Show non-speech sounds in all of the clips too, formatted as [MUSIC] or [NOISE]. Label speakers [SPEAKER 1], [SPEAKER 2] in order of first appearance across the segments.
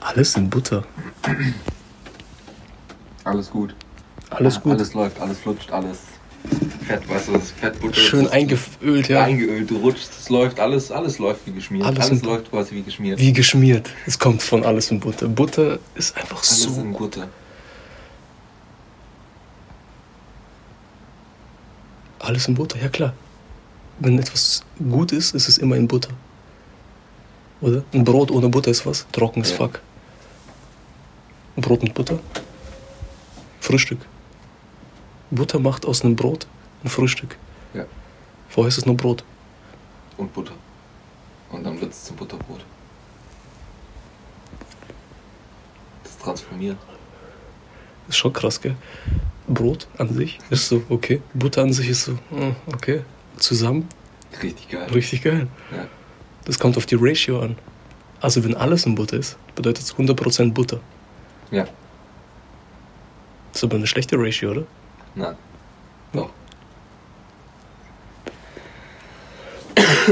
[SPEAKER 1] Alles in Butter.
[SPEAKER 2] Alles gut.
[SPEAKER 1] Alles
[SPEAKER 2] Ja,
[SPEAKER 1] gut.
[SPEAKER 2] Alles läuft, alles flutscht, alles fett, weißt du, das Fett butter.
[SPEAKER 1] Schön
[SPEAKER 2] das
[SPEAKER 1] eingeölt, ja.
[SPEAKER 2] eingeölt, du rutscht, es läuft, alles, alles läuft wie geschmiert.
[SPEAKER 1] Alles
[SPEAKER 2] Alles,
[SPEAKER 1] in-
[SPEAKER 2] läuft quasi wie geschmiert.
[SPEAKER 1] Wie geschmiert. Es kommt von alles in Butter. Butter ist einfach
[SPEAKER 2] alles
[SPEAKER 1] so.
[SPEAKER 2] in Butter.
[SPEAKER 1] alles in Butter, ja klar. Wenn etwas gut ist, ist es immer in Butter. Oder? Ein Brot ohne Butter ist was? Trockenes
[SPEAKER 2] Ja.
[SPEAKER 1] Fuck. Ein Brot mit Butter? Frühstück. Butter macht aus einem Brot ein Frühstück.
[SPEAKER 2] Ja.
[SPEAKER 1] Vorher ist es nur Brot.
[SPEAKER 2] Und Butter. Und dann wird es zum Butterbrot. Das transformiert.
[SPEAKER 1] Ist schon krass, gell? Brot an sich ist so, okay. Butter an sich ist so, mm, okay. Zusammen,
[SPEAKER 2] Richtig geil.
[SPEAKER 1] richtig geil.
[SPEAKER 2] Ja.
[SPEAKER 1] Das kommt auf die Ratio an. Also wenn alles in Butter ist, bedeutet es 100% Butter.
[SPEAKER 2] ja.
[SPEAKER 1] Das ist aber eine schlechte Ratio, oder?
[SPEAKER 2] Nein. Doch.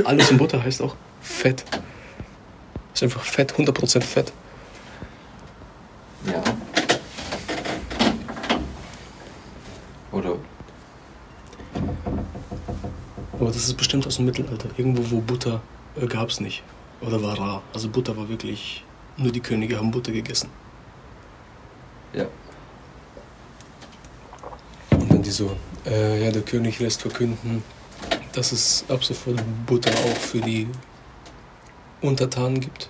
[SPEAKER 1] Alles in Butter heißt auch Fett. Ist einfach Fett, 100% Fett.
[SPEAKER 2] Ja. Oder
[SPEAKER 1] Aber das ist bestimmt aus dem Mittelalter. Irgendwo, wo Butter äh, gab es nicht. Oder war rar. Also Butter war wirklich. Nur die Könige haben Butter gegessen.
[SPEAKER 2] ja.
[SPEAKER 1] Und dann die so, äh, ja, der König lässt verkünden, dass es ab sofort Butter auch für die Untertanen gibt.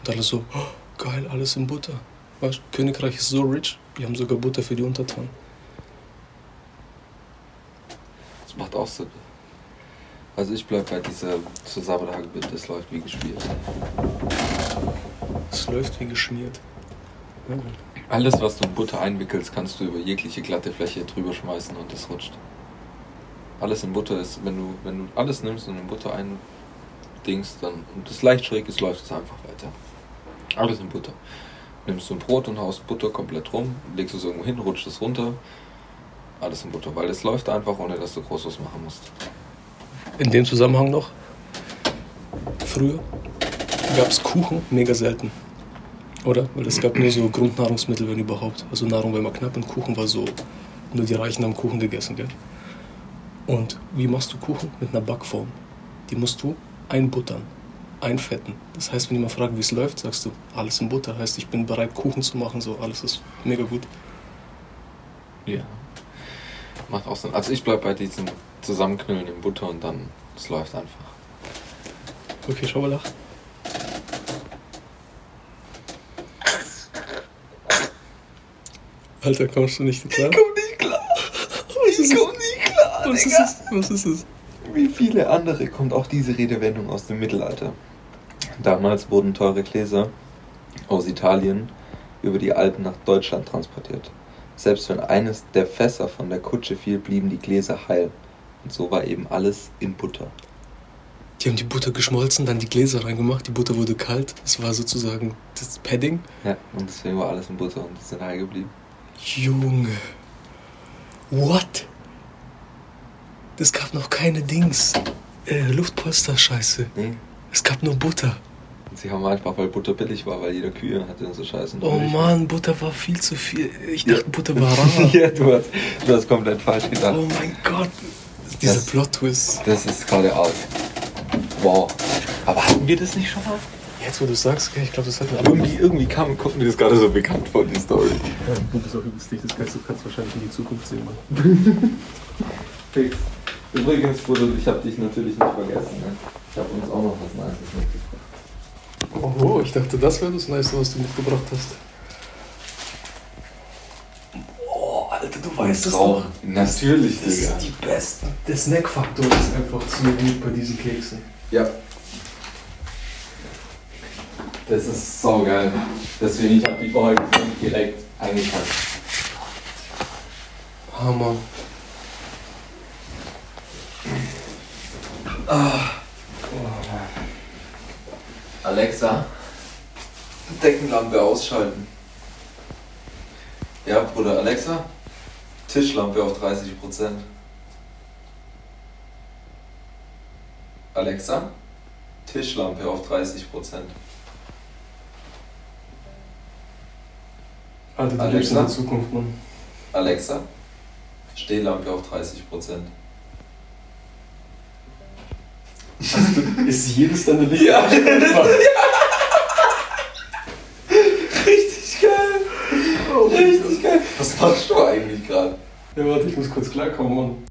[SPEAKER 1] Und alle so, oh, geil, alles in Butter. Weißt, du, Königreich ist so rich, die haben sogar Butter für die Untertanen.
[SPEAKER 2] Das macht auch Sinn. Also ich bleib bei dieser Zusammenhangbild, das läuft wie gespielt.
[SPEAKER 1] Es läuft wie geschmiert. Ja.
[SPEAKER 2] Alles, was du in Butter einwickelst, kannst du über jegliche glatte Fläche drüber schmeißen und es rutscht. Alles in Butter ist, wenn du, wenn du alles nimmst und in Butter eindingst, dann und es leicht schräg ist, läuft es einfach weiter. Alles in Butter. Nimmst du ein Brot und haust Butter komplett rum, legst es irgendwo hin, rutscht es runter. Alles in Butter, weil es läuft einfach, ohne dass du groß was machen musst.
[SPEAKER 1] In dem Zusammenhang noch, früher gab es Kuchen mega selten. Oder? Weil es gab nur so Grundnahrungsmittel, wenn überhaupt. Also Nahrung war immer knapp und Kuchen war so. Nur die Reichen haben Kuchen gegessen, gell? Und wie machst du Kuchen? Mit einer Backform. Die musst du einbuttern, einfetten. Das heißt, wenn jemand fragt, wie es läuft, sagst du, alles in Butter. Heißt, ich bin bereit, Kuchen zu machen, so alles ist mega gut.
[SPEAKER 2] Ja. Macht auch Sinn. Also ich bleib bei diesem Zusammenknüllen in Butter und dann, es läuft einfach.
[SPEAKER 1] Okay, schau mal nach. Alter, kommst du nicht klar?
[SPEAKER 2] komm nicht klar.
[SPEAKER 1] Was ist
[SPEAKER 2] Ich
[SPEAKER 1] es?
[SPEAKER 2] komm nicht klar,
[SPEAKER 1] Was ist
[SPEAKER 2] Digga.
[SPEAKER 1] es? Was ist es?
[SPEAKER 2] Wie viele andere kommt auch diese Redewendung aus dem Mittelalter. Damals wurden teure Gläser aus Italien über die Alpen nach Deutschland transportiert. Selbst wenn eines der Fässer von der Kutsche fiel, blieben die Gläser heil. Und so war eben alles in Butter.
[SPEAKER 1] Die haben die Butter geschmolzen, dann die Gläser reingemacht, die Butter wurde kalt. Es war sozusagen das Padding.
[SPEAKER 2] Ja, und deswegen war alles in Butter und es sind heil geblieben.
[SPEAKER 1] Junge. What? Es gab noch keine Dings. Äh, Luftpolster-Scheiße.
[SPEAKER 2] Nee,
[SPEAKER 1] Es gab nur Butter.
[SPEAKER 2] und sie haben einfach, weil Butter billig war, weil jeder Kühe hatte und so scheiße.
[SPEAKER 1] Oh
[SPEAKER 2] billig war.
[SPEAKER 1] Mann, Butter war viel zu viel. Ich
[SPEAKER 2] Ja.
[SPEAKER 1] dachte, Butter war rar.
[SPEAKER 2] [LAUGHS] ja, du hast, du hast komplett falsch gedacht.
[SPEAKER 1] Oh mein Gott. Dieser
[SPEAKER 2] Das-
[SPEAKER 1] Plot-Twist.
[SPEAKER 2] Das ist gerade aus. Wow. Aber hatten wir das nicht schon mal?
[SPEAKER 1] Jetzt, wo du sagst, ich glaube, das hat man.
[SPEAKER 2] Irgendwie, irgendwie kam, kommt mir das gerade so bekannt vor, die Story.
[SPEAKER 1] Du bist auch übelst dicht, das kannst du kannst wahrscheinlich in die Zukunft sehen, Mann.
[SPEAKER 2] Fix. Übrigens, Bruder, ich habe dich natürlich nicht vergessen. Ne? Ich habe uns auch noch was Nices mitgebracht.
[SPEAKER 1] Oh, ich dachte, das wäre das Neueste, was du mitgebracht hast. Oh, Alter, du weißt es doch.
[SPEAKER 2] Natürlich,
[SPEAKER 1] Das ist die beste. Der Snack-Faktor ist einfach zu gut bei diesen Keksen.
[SPEAKER 2] Ja. Das ist so geil. Deswegen, ich habe die vorher gefunden, direkt eingepackt.
[SPEAKER 1] Hammer.
[SPEAKER 2] Alexa, Deckenlampe ausschalten. Ja, Bruder, Alexa, Tischlampe auf 30%. Alexa, Tischlampe auf 30%.
[SPEAKER 1] Alter, du
[SPEAKER 2] Alexa?
[SPEAKER 1] lebst in der Zukunft, Mann.
[SPEAKER 2] Alexa, Stehlampe auf 30%.
[SPEAKER 1] Ist jedes deine Licht?
[SPEAKER 2] Ja.
[SPEAKER 1] Mann,
[SPEAKER 2] Richtig geil!
[SPEAKER 1] Oh mein
[SPEAKER 2] geil! Was machst du eigentlich gerade?
[SPEAKER 1] Ja, warte, ich muss kurz klarkommen, Mann.